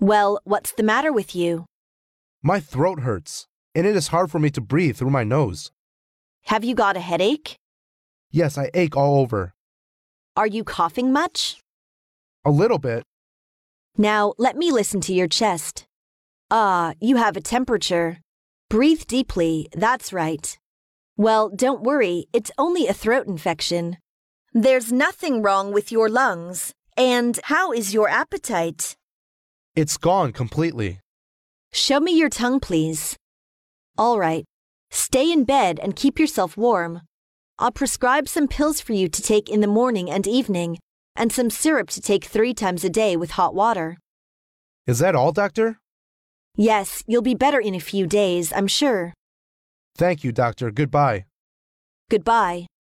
Well, what's the matter with you? My throat hurts, and it is hard for me to breathe through my nose. Have you got a headache? Yes, I ache all over. Are you coughing much? A little bit. Now, let me listen to your chest. Ah, you have a temperature. Breathe deeply, that's right. Well, don't worry, it's only a throat infection. There's nothing wrong with your lungs. And how is your appetite? It's gone completely. Show me your tongue, please. All right. Stay in bed and keep yourself warm. I'll prescribe some pills for you to take in the morning and evening, and some syrup to take three times a day with hot water. Is that all, doctor? Yes, you'll be better in a few days, I'm sure. Thank you, doctor. Goodbye. Goodbye.